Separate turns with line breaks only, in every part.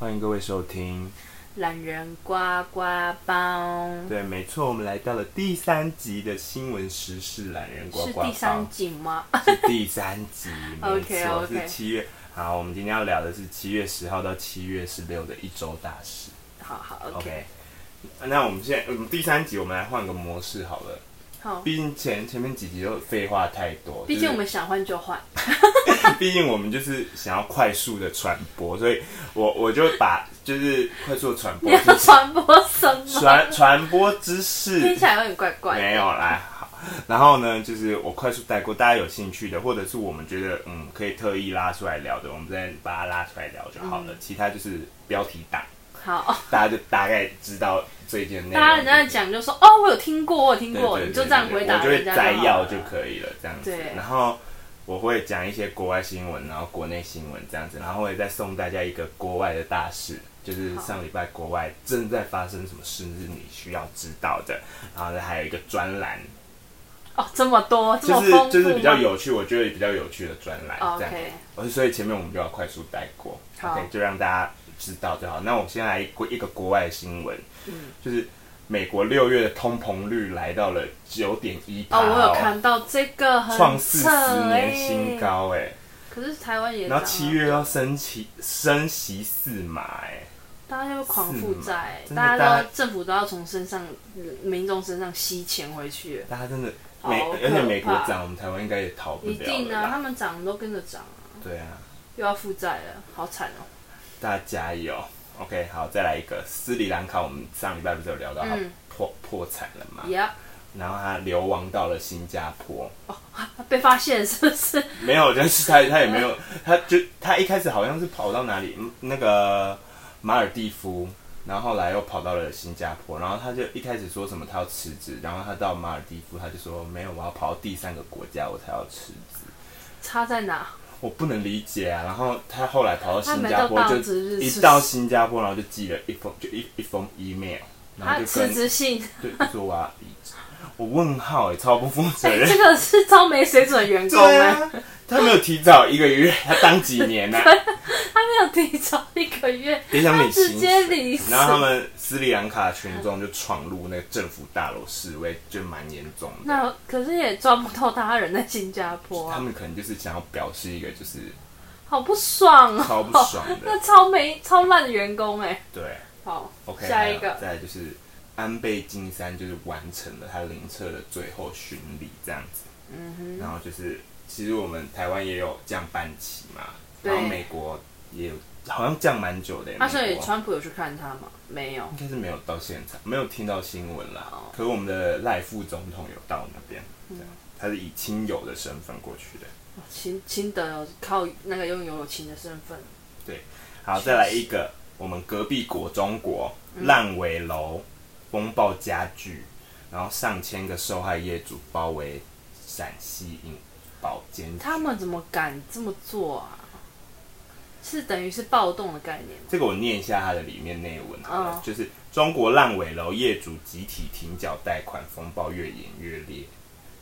欢迎各位收听。
懒人呱呱包，
对，没错，我们来到了第三集的新闻时事懒人呱
是
呱包，
第三集吗？
是第三 集，没
OK，
错，
OK
是七月。好，我们今天要聊的是七月十号到七月十六的一周大事。
好好
OK，那我们现在，嗯，第三集我们来换个模式好了。
好，
毕竟前前面几集都废话太多，
嗯毕
就
竟
是
我们想换就换，
毕竟我们就是想要快速的传播，所以我我就把就是快速的传播
你要传播什么
传？传播知
听
识
起来有点怪怪的。
没有啦。好，然后呢，就是我快速带过，大家有兴趣的，或者是我们觉得嗯可以特意拉出来聊的，我们再把它拉出来聊就好了。其他就是标题党，
好，
大家就大概知道最近内容。
大家人家在讲就说哦，我有听过，我有听
对
过，
对
你
对
就这样
对
回
我
答
就会
人家
摘
好
要
了
就可以了，这样子
对。
然后我会讲一些国外新闻，然后国内新闻这样子，然后我也再送大家一个国外的大事，就是
好
上礼拜国外正在发生什么事是你需要知道的，然后呢还有一个专栏，
哦，这么多，这
就
么
是
丰富
就是比较
吗哦
有趣，我觉得比较有趣的专栏这样。
OK，
而所以前面我们就要快速带过
好
，OK，就让大家知道就好。那我先来一个一个国外的新闻，
嗯
就是美国六月的通膨率来到了九点一，
哦，我有看到这个很
创四
扯
十年
欸
新，高哎、
可是台湾也
然后
涨啊
七月要升息升息四码哎、
大家就狂负债
是，吗真的大
大家
家
都政府都要从身上民众身上吸钱回去了，
大家真的美，
好可怕
而且美国涨，我们台湾应该也逃不
一
了
定
了
啊，他
啦。
们涨都跟着涨啊，
对啊，
又要负债了，好惨哦、
大家加油。OK，好，再来一个斯里兰卡，我们上礼拜不是有聊到它
嗯
破、破产了嘛？
也要
然后他流亡到了新加坡，
被发现是不是？
没有，但是他他也没有，他就他一开始好像是跑到哪里，嗯那个马尔蒂夫，然后后来又跑到了新加坡，然后他就一开始说什么他要辞职，然后他到马尔蒂夫他就说没有，我要跑到第三个国家我才要辞职，
差在哪？
我不能理解啊。然后他后来跑到
他
新
没
加
到
坡就
当值日
一
是
到
不是
新加坡，然后就寄了一封就一一封 email，然
他
后就
辞
跟
职信，
对就说我要离职，我问号也、超不负责
哎、
任。
这个是超没水准的员 工
对
哎、
啊，他没有提早一个月，他当几年呢、啊？
他没有提早一个月，
别想领
他直
薪水
接离职
然后他们斯里兰卡群众就闯入那个政府大楼示威，就蛮严重的。
那可是也抓不到他人在新加坡
他
啊，
们可能就是想要表示一个就是
好不爽哦、
超不爽的
那超没超烂的员工哎、
对
好
，OK，
下一
还有
个
再来就是安倍晋三就是完成了他灵车的最后巡礼这样子。嗯哼。然后就是其实我们台湾也有降半旗嘛，
对
然后美国也有好像降蛮久的耶。
啊，所
美
以
国
川普有去看他吗？没有。
应该是没有到现场，没有听到新闻啦。
哦嗯
可我们的赖副总统有到那边，这样他是以亲友的身份过去的。
亲亲德靠那个拥有友情的身份，
好，再来一个，我们隔壁国中国
嗯
烂尾楼风暴加剧，然后上千个受害业主包围陕西银保监局。
他们怎么敢这么做啊？是等于是暴动的概念吗？
这个我念一下它的里面内文好了，
哦
就是中国烂尾楼业主集体停缴贷款风暴越演越烈，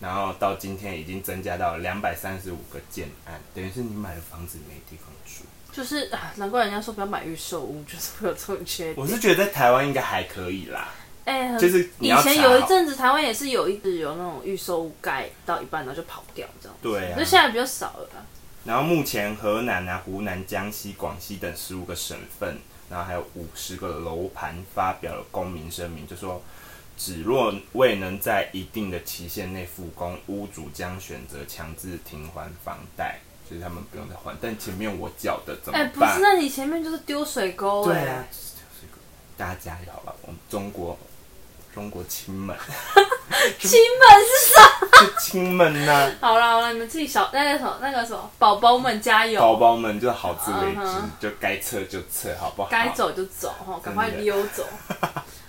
然后到今天已经增加到两百三十五个建案，等于是你买了房子没地方住。
就是啊，难怪人家说不要买预售屋，就是会有这种缺
我
点。
是觉得在台湾应该还可以啦，
哎、很
就是你
以
要
前
查
有一
好
阵子台湾也是有一直有那种预售屋盖到一半然后就跑掉这样，
对啊
可。是现在比较少了啦。
然后目前河南啊、湖南、江西、广西等十五个省份，然后还有五十个楼盘发表了公民声明，就说只若未能在一定的期限内复工，屋主将选择强制停还房贷，就是他们不用再还。但前面我缴的怎么
哎、
办？
不是，那你前面就是丢水沟哎、
对啊，大家加油好吧，我们中国中国亲们，
亲们是啥？
就亲们 呐、
好了好了，你们自己小那个什么那个什么宝宝们加
宝
油，
宝们就好自为之
嗯哼
就该撤就撤，好不好？
该走就走哈，赶快
真的
溜走。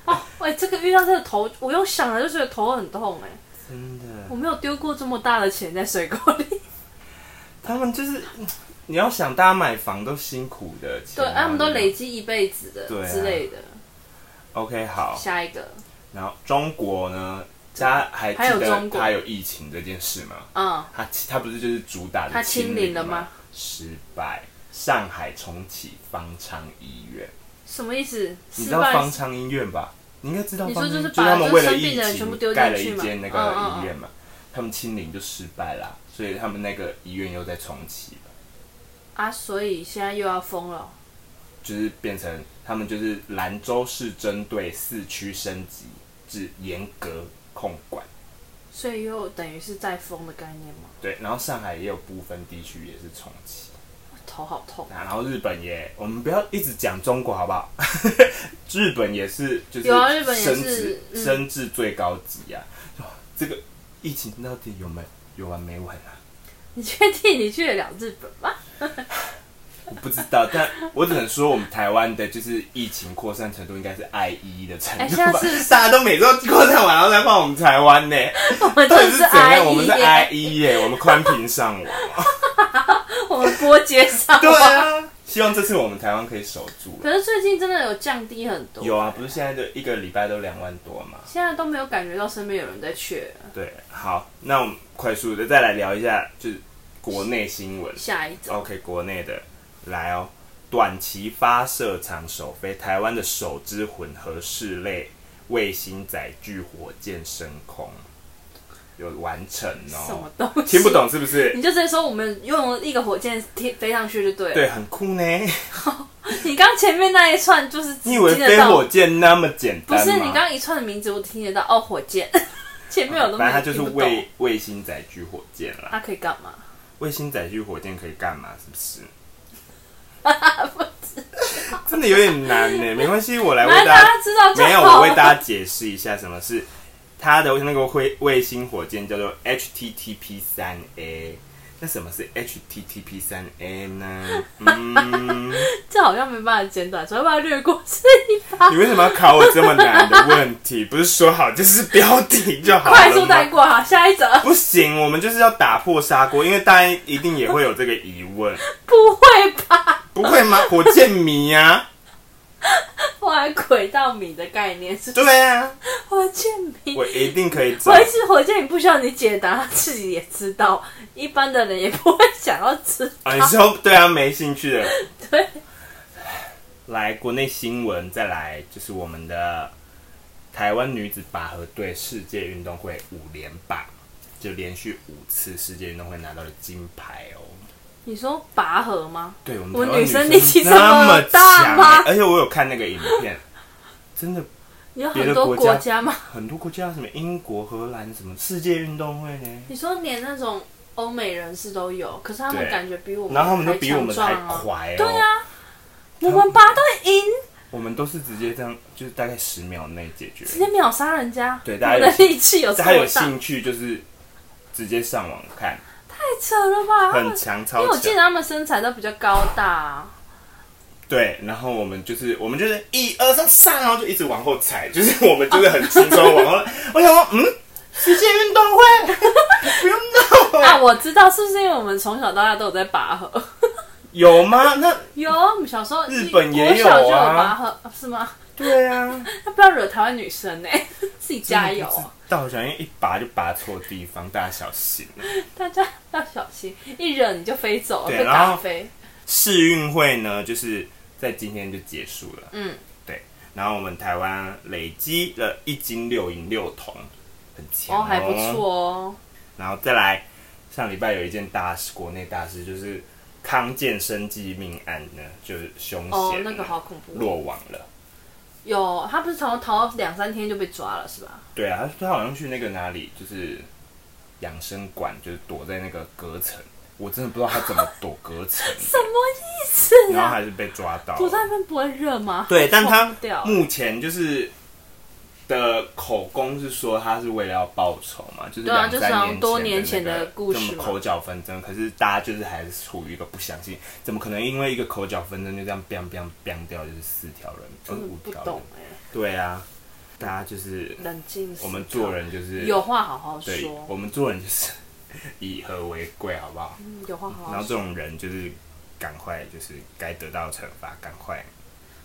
哦，喂、这个遇到这个头，我用想了就觉得头很痛哎、
真的。
我没有丢过这么大的钱在水沟里。
他们就是，嗯你要想，大家买房都辛苦的，
对，
钱啊
他们都累。积一辈子的
对啊哦
之类的。
OK，好。
下一个，
然后中国呢，大家还
还有
记得
中国
它有疫情这件事吗？
嗯，
它它不是就是主打的
它清零了
吗
吗？
失败，上海重启方舱医院，
什么意思？
你
失
知道
败
方舱医院吧？你应该知道
你
方
说
舱医院，
就是
是
把
他们
就
为了
生病
疫
的人全部丢
情
进
盖了
去
一
嘛
间那个
嗯嗯嗯
医院嘛，他们清零就失败啦，所以他们那个医院又在重启了，
啊，所以现在又要封了哦。
就是变成他们就是兰州市针对四区升级至严格控管。
所以又等于是再封的概念吗？
对，然后上海也有部分地区也是重启，
头好痛，
然后日本也，我们不要一直讲中国好不好？ 日本也是，就是
有啊日本也
升
是
至
嗯
升至最高级啊！哇这个疫情到底有没有完没完啊？
你确定你去得了日本 吗？
我不知道，但我只能说，我们台湾的就是疫情扩散程度应该是 I 一的程
哎
度
现在
吧？
是
大家都每周扩散完，然后再放我们台湾呢、
我 们
到
真
底
的
是
是
怎
I
样？我们
E，
是 I 一耶，我们宽屏上 网。
我们波接 上。
对啊，希望这次我们台湾可以守住了。
可是最近真的有降低很多，
有啊，不是现在就一个礼拜都两万多嘛？
现在都没有感觉到身边有人在缺。
对，好，那我们快速的再来聊一下，就是国内新闻。
下一种
OK，国内的来哦，短期发射场首飞台湾的首支混合式类卫星载具火箭升空，有完成
什
哦
么。东西？
听不，懂是不是？
你就直接说我们用一个火箭贴飞上去就对了。
对，很酷呢。
你刚前面那一串就是
你以为
听得
飞
到
火箭那么简
不
单吗？
是你刚刚一串的名字我听得到哦，火箭 前面有东西，
反正它就是卫，卫星载具火箭啦。
它可以干嘛？
卫星载具火箭可以干嘛？是不是？ 真的有点难呢，没关系，我来为
来，
大
大
家
家知道啊就
没有，
好
我为
了。
大家解释一下什么是它的那个卫卫星火箭叫做 HTTP 三 A。那什么是 HTTP 三 A 呢？ 嗯，
这好像没办法简短，所以要不要略过这一
你为什么要考我这么难的问题？不是说好就是标题就好了吗
快速带过哈，下一则
不行，我们就是要打破砂锅，因为大家一定也会有这个疑问，
不会吧？
不会 吗？火箭迷啊呀、
后来轨道米的概念是
对啊呀、
火箭米，
我一定可以找
我一次火箭米不需要你解答，他自己也知道，一般的人也不会想要知道。
啊！你说对啊，没兴趣的。
对，
来国内新闻，再来就是我们的台湾女子拔河队世界运动会五连霸，就连续五次世界运动会拿到了金牌哦。
你说拔河吗？
对我们
我们
台湾
女生
生
力气这么
那么
大
强
吗
欸而且我有看那个影片，真的
你有
别的
很多
国家
国家吗？
很多国家，什么英国、荷兰，什么世界运动会呢？
你说连那种欧美人士都有，可是他们
对
感觉比我们
然后他们都比我们
强
还
壮啊。
快哦。
对啊，我们拔都赢，
我们都是直接这样，就是大概十秒内解决。
直接秒杀人家。
对
我
大家
们
有
的力气有这
大家有
么大，
兴趣就是直接上网看，
太扯了吧？他
很
们
强，
啊因
超
为我记
强
得。他们身材都比较高大啊、
对，然后我们就是我们就是一二三上，然后就一直往后踩，就是我们就是很轻松往 后。我想说，嗯，世界运动会不用闹啊，
啊，我知道，是不是因为我们从小到大都有在拔河？
有吗？那
有，我们小时候
日本也
国
有啊
小就有拔河，啊是吗？
对啊，
那不要惹台湾女生呢、 自己加油
真的不
啊！
知道小心一拔就拔错地方，大家小心。
大家要小心，一惹你就飞走了，
对
被
然
打
后
飞。
世运会呢，就是在今天就结束了。
嗯，
对。然后我们台湾累积了一金六银六铜，很强
哦，还不错哦。
然后再来，上礼拜有一件大事，国内大事就是康健生计命案呢，就是凶
哦
险、，
那个好恐怖。
落网了。
有，他不是从逃两三天就被抓了，是吧？
对啊，他他好像去那个哪里，就是养生馆，就是躲在那个隔层。我真的不知道他怎么躲隔 层，
什么意思
然后
啊？
还是被抓到了。
躲在那边不会热吗？
对，但
受
他
不掉
目前就是的口供是说他是为了要报仇嘛，就是
对啊
两
就是
三
好像
年
多
前
年
的
前
那
的
个
故
这么
事嘛
口角纷争，可是大家就是还是处于一个不相信，怎么可能因为一个口角纷争就这样 biang biang biang 掉就是四条人，呃
真的
五
不
条人
懂，哎，
对啊，大家就是
冷静。
我们做，人就是
有话好好
对，
说，
我们做人就是 以和为贵，好不好？
嗯有话好
然
好
后
说。
这种人就是赶快就是该得到的惩罚，赶快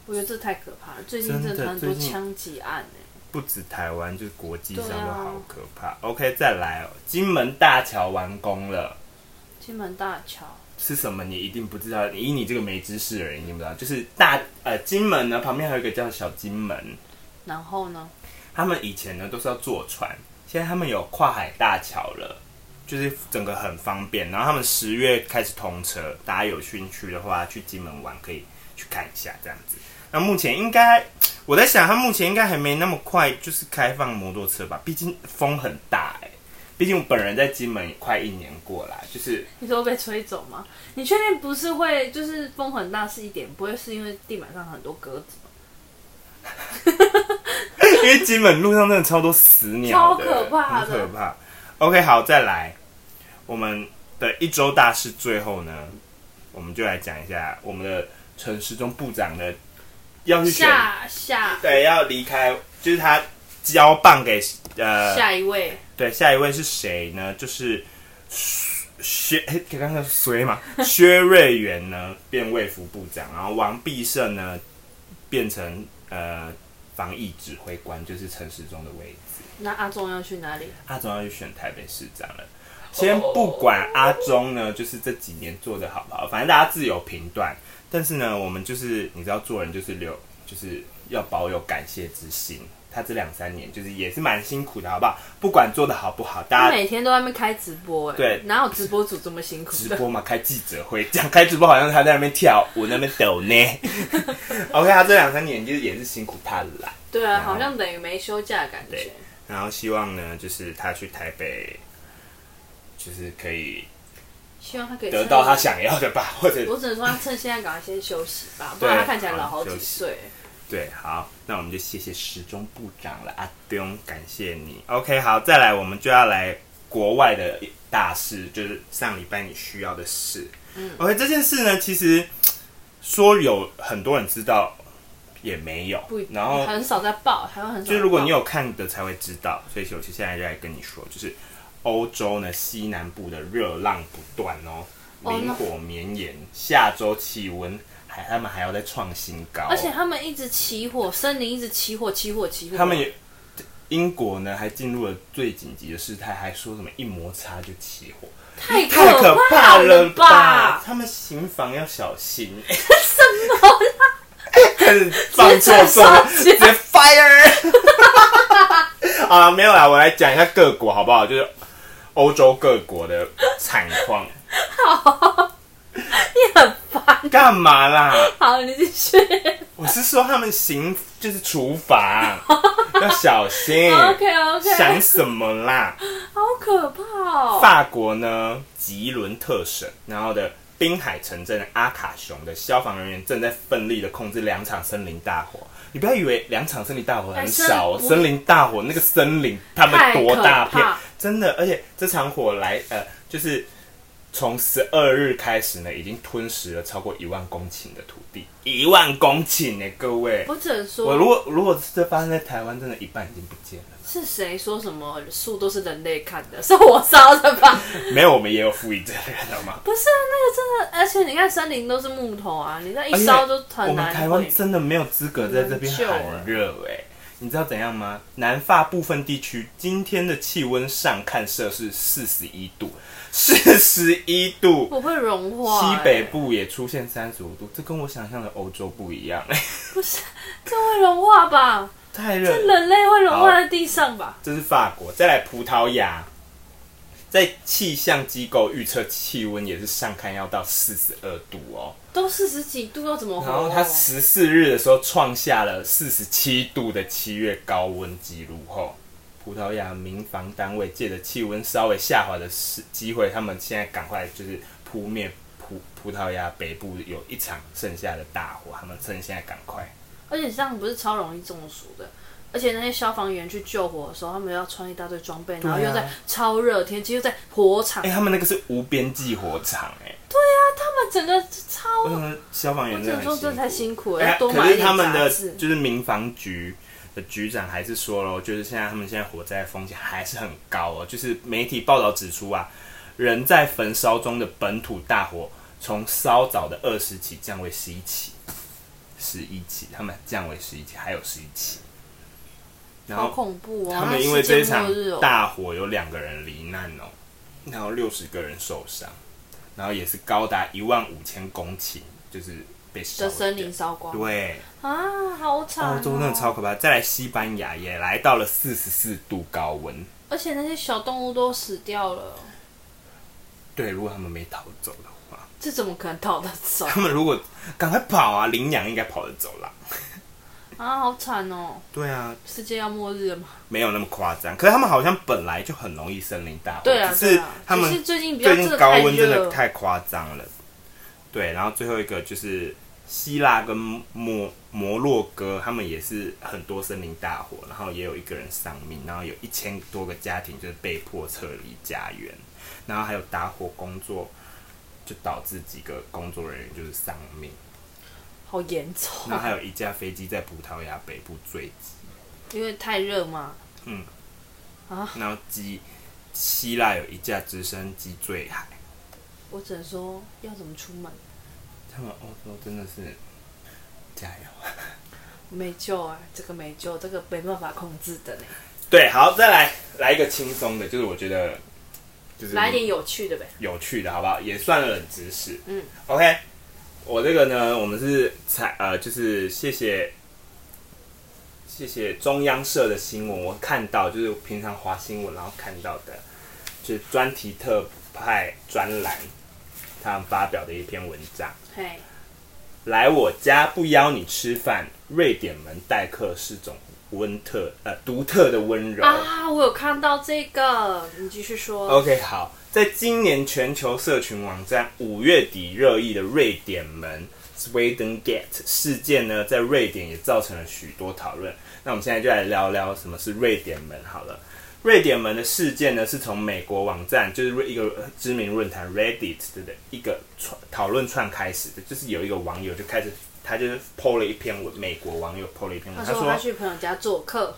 我觉得这太可怕了，最近
真的
真的很多
最近
枪击案哎、
不止台湾，就是国际上
对
都
啊
好可怕。OK，再来哦，金门大桥完工了，
金门大桥
是什么？你一定不知道，以你这个没知识的人一定不知道，就是大呃，金门呢旁边还有一个叫小金门，
然后呢？
他们以前呢都是要坐船，现在他们有跨海大桥了，就是整个很方便。然后他们十月开始通车，大家有兴趣的话去金门玩可以去看一下这样子。那目前应该我在想，他目前应该还没那么快就是开放摩托车吧，毕竟风很大哎、毕竟我本人在金门也快一年过来，就是
你说被吹走吗？你确定不是会就是风很大是一点，不会是因为地板上很多鸽子吗？
因为金门路上真的超多死鸟的，
超可怕的
很可怕。OK，好，再来，我们的一周大事最后呢，我们就来讲一下我们的陈时中部长的要去选，
下下
对，要离开，就是他交棒给呃，
下一位，
对，下一位是谁呢？就是薛， 哎刚刚谁嘛？薛瑞元呢变卫福部长，然后王必胜呢变成呃防疫指挥官，就是陈时中的位置。
那阿忠要去哪里？
阿中要去选台北市长了。先不管阿中呢，就是这几年做的好不好，反正大家自有评断。但是呢，我们就是你知道，做人就是留，就是要保有感谢之心。他这两三年就是也是蛮辛苦的，好不好？不管做的好不好，大
他
家
每天都在那边开直播、哎，
啊对
哪有直播主这么辛苦
直
的？
播嘛，开记者会，讲开直播好像他在那边跳舞，那边抖 呢。OK，他这两三年就是也是辛苦他了啦。
对啊，
然后
好像等于没休假的感觉
对。然后希望呢，就是他去台北，就是可以
希望他可以
得到他
趁
想要的吧，或者
我只能说他趁现在赶快先休息吧，不
对
然他看起来老好几
好休息
岁。
对，好，那我们就谢谢时钟部长了，阿东，感谢你。OK，好，再来，我们就要来国外的大事，就是上礼拜你需要的事。嗯，OK，这件事呢，其实说有很多人知道，也没有
不一，，
然后
很少在报，台湾很少在报。
就是如果你有看的才会知道，所以我就现在就来跟你说，就是欧洲呢西南部的热浪不断哦，
哦
明
那
火绵延，下周气温还他们还要再创新高、哦
而且他们一直起火，森林一直起火，起火，起火。
他们也英国呢还进入了最紧急的事态，还说什么一摩擦就起火，
太
太可怕
了
了吧？？他们行房要小心，什么啦？放错
直接
什么？
烧起
直
来
接 fire！啊，没有啦，我来讲一下各国好不好？就是欧洲各国的惨况，
你很烦。
干嘛啦？
好，你 继续。
我是说他们行就是厨 房要小心，
OK OK，
哎想什么啦？
好可怕哦。
法国呢，吉伦特省，然后的滨海城镇阿卡雄的消防人员正在奋力的控制两场森林大火。你不要以为两场森林大火很少哦，
哎森
森林大火那个森林他们多大
太可
片
怕，
真的，而且这场火来呃，就是从十二日开始呢，已经吞噬了超过一万公顷的土地，一万公顷呢，各位。
我只能
我
说，
如果如果这发生在台湾，真的一半已经不见了。
是谁说什么树都是人类砍的，是火烧的吧？
没有，我们也有负一责任，好吗？
不是啊，那个真的，而且你看森林都是木头啊，你这样一烧就
我
很
们
难
台
会
湾真的没有资格在这边喊热哎、你知道怎样吗？南法部分地区今天的气温上看摄氏四十一度，四十一度。
我会融化、
西
欸
北部也出现三十五度，这跟我想象的欧洲不一样，欸
不是，这会融化吧？
太热
这
了。
人类会融化在地上吧？
这是法国，再来葡萄牙，在气象机构预测气温也是上看要到四十二度哦。
都四十几度，要怎么活？
然后他十四日的时候创下了四十七度的七月高温记录后，葡萄牙民防单位借着气温稍微下滑的时机会，他们现在赶快就是扑灭葡葡萄牙北部有一场剩下的大火，他们趁现在赶快。
而且这样不是超容易中暑的。而且那些消防员去救火的时候，他们要穿一大堆装备，
啊
然后又在超热天气，又在火场，啊
哎、他们那个是无边际火场哎、
他们整个超，
我想消防员
我
真
只
的
能
很
说
哎辛苦
这才辛苦欸，
哎
要多
可
买一
是
点
他们
杂
的
志。
就是民防局的局长还是说了，就是现在他们现在火灾风险还是很高哦。就是媒体报道指出啊，人在焚烧中的本土大火从稍早的二十起降为十一起，十一起，他们降为十一起，还有十一起。然
好
后
恐怖哦！
他们
那
因为这一
世界
场
末日哦，
大火有两个人罹难哦，然后六十个人受伤，然后也是高达一万五千公顷，就是被烧
的森
掉
林烧光，
对，哦
啊，好惨、
澳洲真的超，可怕。再来西班牙也来到了四十四度高温。
而且那些小动物都死掉了，
对，如果他们没逃走的话，
这怎么可能逃得 走
他们如果赶快跑啊，羚羊应该跑得走啦。
啊？好惨哦，
对啊，
世界要末日了吗？
没有那么夸张。可是他们好像本来就很容易森林大火，
对啊，
只
对
是
啊，
他们
只是最近比较
最
这
近
个
高
太
温真
热
的
了，
太夸张了。对，然后最后一个就是希腊跟摩摩洛哥，他们也是很多森林大火，然后也有一个人丧命，然后有一千多个家庭就是被迫撤离家园，然后还有打火工作，就导致几个工作人员就是丧命，
好严重，
然后还有一架飞机在葡萄牙北部坠机。
因为太热嘛，
嗯，
啊，
然后机希腊有一架直升机坠海，
我只能说要怎么出门，
他们欧洲真的是加油。
没救啊，这个没救，这个没办法控制的呢，
对，好，再来来一个轻松的，就是我觉得就是
来一点有趣的呗，
有趣的，好不好？也算冷知识。
嗯
，OK，我这个呢，我们是采呃，就是谢谢谢谢中央社的新闻，我看到就是平常华新闻然后看到的，就是专题特派专栏他们发表的一篇文章。
嘿，
来我家不邀你吃饭，瑞典门待客是种温特呃独特的温柔。
啊，我有看到这个，你继续说
OK，好，在今年全球社群网站五月底热议的瑞典门 （Sweden Gate） 事件呢，在瑞典也造成了许多讨论。那我们现在就来聊聊什么是瑞典门好了。瑞典门的事件呢，是从美国网站，就是一个呃知名论坛 Reddit 的一个串讨论串开始的，就是有一个网友就开始，他就是 PO 了一篇文，美国网友 PO 了一篇文，
他说他去朋友家做客，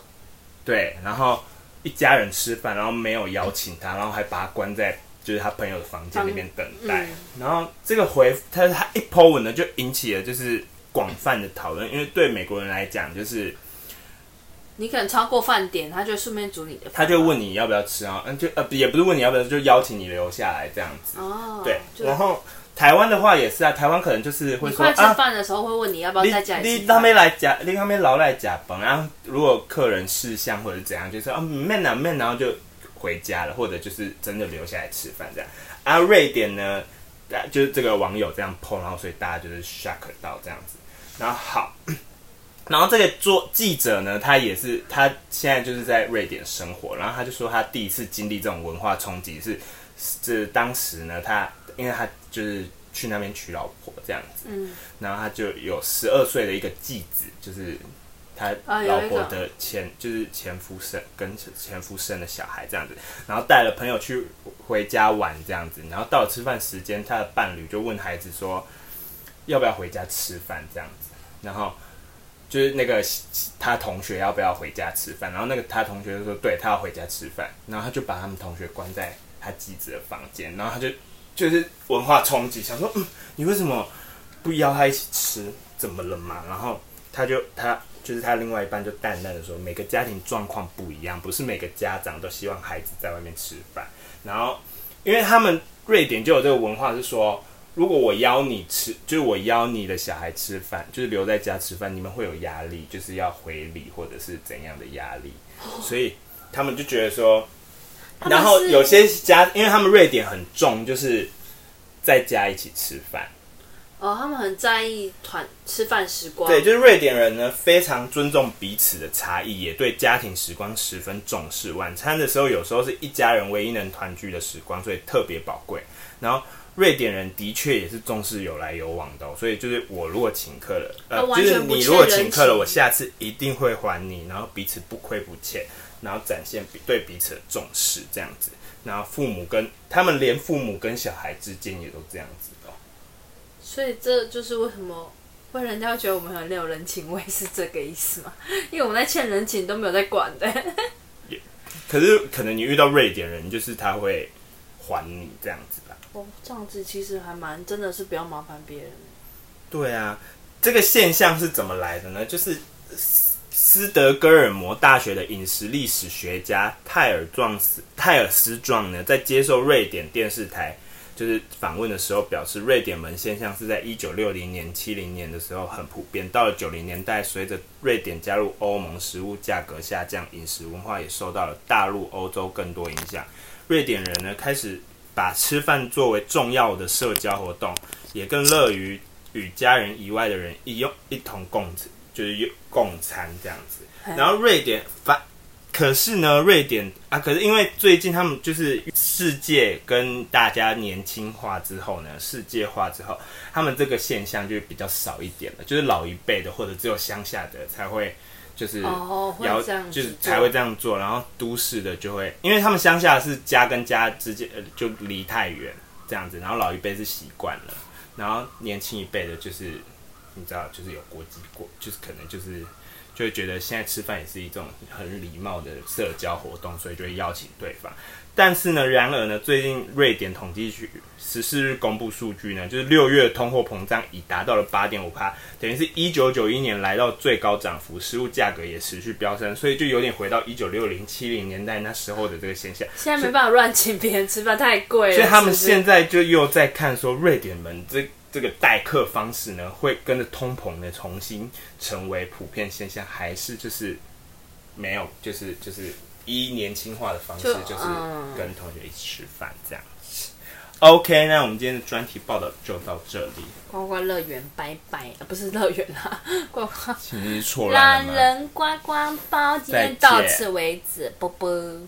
对，然后一家人吃饭，然后没有邀请他，然后还把他关在就是他朋友的房间里面等待。
嗯
然后这个回他他一 po 文呢，就引起了就是广泛的讨论，因为对美国人来讲，就是
你可能超过饭点，他就顺便煮你的饭，
他就问你要不要吃啊，嗯，就呃也不是问你要不要，就邀请你留下来这样子。
哦，
对，
就
然后台湾的话也是啊，台湾可能就是会
你
说
快吃
啊，
饭的时候会问你要不要
你
在家里
你
吃
他
饭，
们来假，你他们老来假崩，然后如果客人事项或者怎样，就是啊面啊面，然后就回家了，或者就是真的留下来吃饭这样。啊，瑞典呢，啊就是这个网友这样碰，然后所以大家就是 shock 到这样子。然后好，然后这个做记者呢，他也是他现在就是在瑞典生活，然后他就说他第一次经历这种文化冲击是，是当时呢，他因为他就是去那边娶老婆这样子。
嗯，
然后他就有十二岁的一个继子，就是他呃
啊
老
有一
婆
个
的前、就是前夫生跟前夫生的小孩这样子，然后带了朋友去回家玩这样子，然后到了吃饭时间，他的伴侣就问孩子说要不要回家吃饭这样子，然后就是那个他同学要不要回家吃饭，然后那个他同学就说对他要回家吃饭，然后他就把他们同学关在他继子的房间，然后他就就是文化冲击，想说嗯你为什么？不邀他一起吃，怎么了嘛？然后他就他就是他另外一半就淡淡的说，每个家庭状况不一样，不是每个家长都希望孩子在外面吃饭。然后，因为他们瑞典就有这个文化，是说如果我邀你吃，就是我邀你的小孩吃饭，就是留在家吃饭，你们会有压力，就是要回礼或者是怎样的压力，所以他们就觉得说，
哦他们
然后
是
有些家，因为他们瑞典很重，就是在家一起吃饭。
哦，他们很在意团吃饭时光，
对，就是瑞典人呢非常尊重彼此的差异，也对家庭时光十分重视。晚餐的时候，有时候是一家人唯一能团聚的时光，所以特别宝贵。然后瑞典人的确也是重视有来有往的哦、所以就是我如果请客了，呃
他，完
就
全
是
不
你
欠
如果
人
请客了，
情
我下次一定会还你，然后彼此不亏不欠，然后展现彼对彼此的重视，这样子。然后父母跟他们连父母跟小孩之间也都这样子哦。
所以这就是为什么会人家会觉得我们很没有人情味，是这个意思吗？ 因为我们在欠人情都没有在管的，
可是可能你遇到瑞典人，就是他会还你这样子吧？
哦，这样子其实还蛮真的是不要麻烦别人，
对啊，这个现象是怎么来的呢？就是斯斯德哥尔摩大学的饮食历史学家泰尔壮斯泰尔斯壮呢，在接受瑞典电视台就是访问的时候表示，瑞典门现象是在一九六零年、七零年的时候很普遍，到了九零年代，随着瑞典加入欧盟，食物价格下降，饮食文化也受到了大陆、欧洲更多影响。瑞典人呢，开始把吃饭作为重要的社交活动，也更乐于与家人以外的人一用一同共就是用共餐这样子。然后瑞典反，可是呢，瑞典啊，可是因为最近他们就是呃世界跟大家年轻化之后呢，世界化之后，他们这个现象就比较少一点了，就是老一辈的或者只有乡下的才会。就是
哦
嗯
会
要
这样子
就是
做
才会这样做，然后都市的就会，因为他们乡下是家跟家之间呃就离太远这样子，然后老一辈是习惯了，然后年轻一辈的就是你知道，就是有国际过，就是可能就是就会觉得现在吃饭也是一种很礼貌的社交活动，所以就会邀请对方。但是呢，然而呢，最近瑞典统计局十四日公布数据呢，就是六月通货膨胀已达到了八点五帕，等于是一九九一年来到最高涨幅，食物价格也持续飙升，所以就有点回到一九六零七零年代那时候的这个现象。
现在没办法乱请别人吃饭，太贵 了。
所以他们
是不是
现在就又在看说瑞典们这这个待客方式呢，会跟着通膨呢重新成为普遍现象，还是就是没有，就是就是依年轻化的方式，
就
就是
嗯
跟同学一起吃饭这样子。OK，那我们今天的专题报道就到这里，
呱呱乐园拜拜，啊不是乐园 啊，呱呱
其实错乱
懒
了吗？
人呱呱包，今
再
天
见
到此为止，啵啵。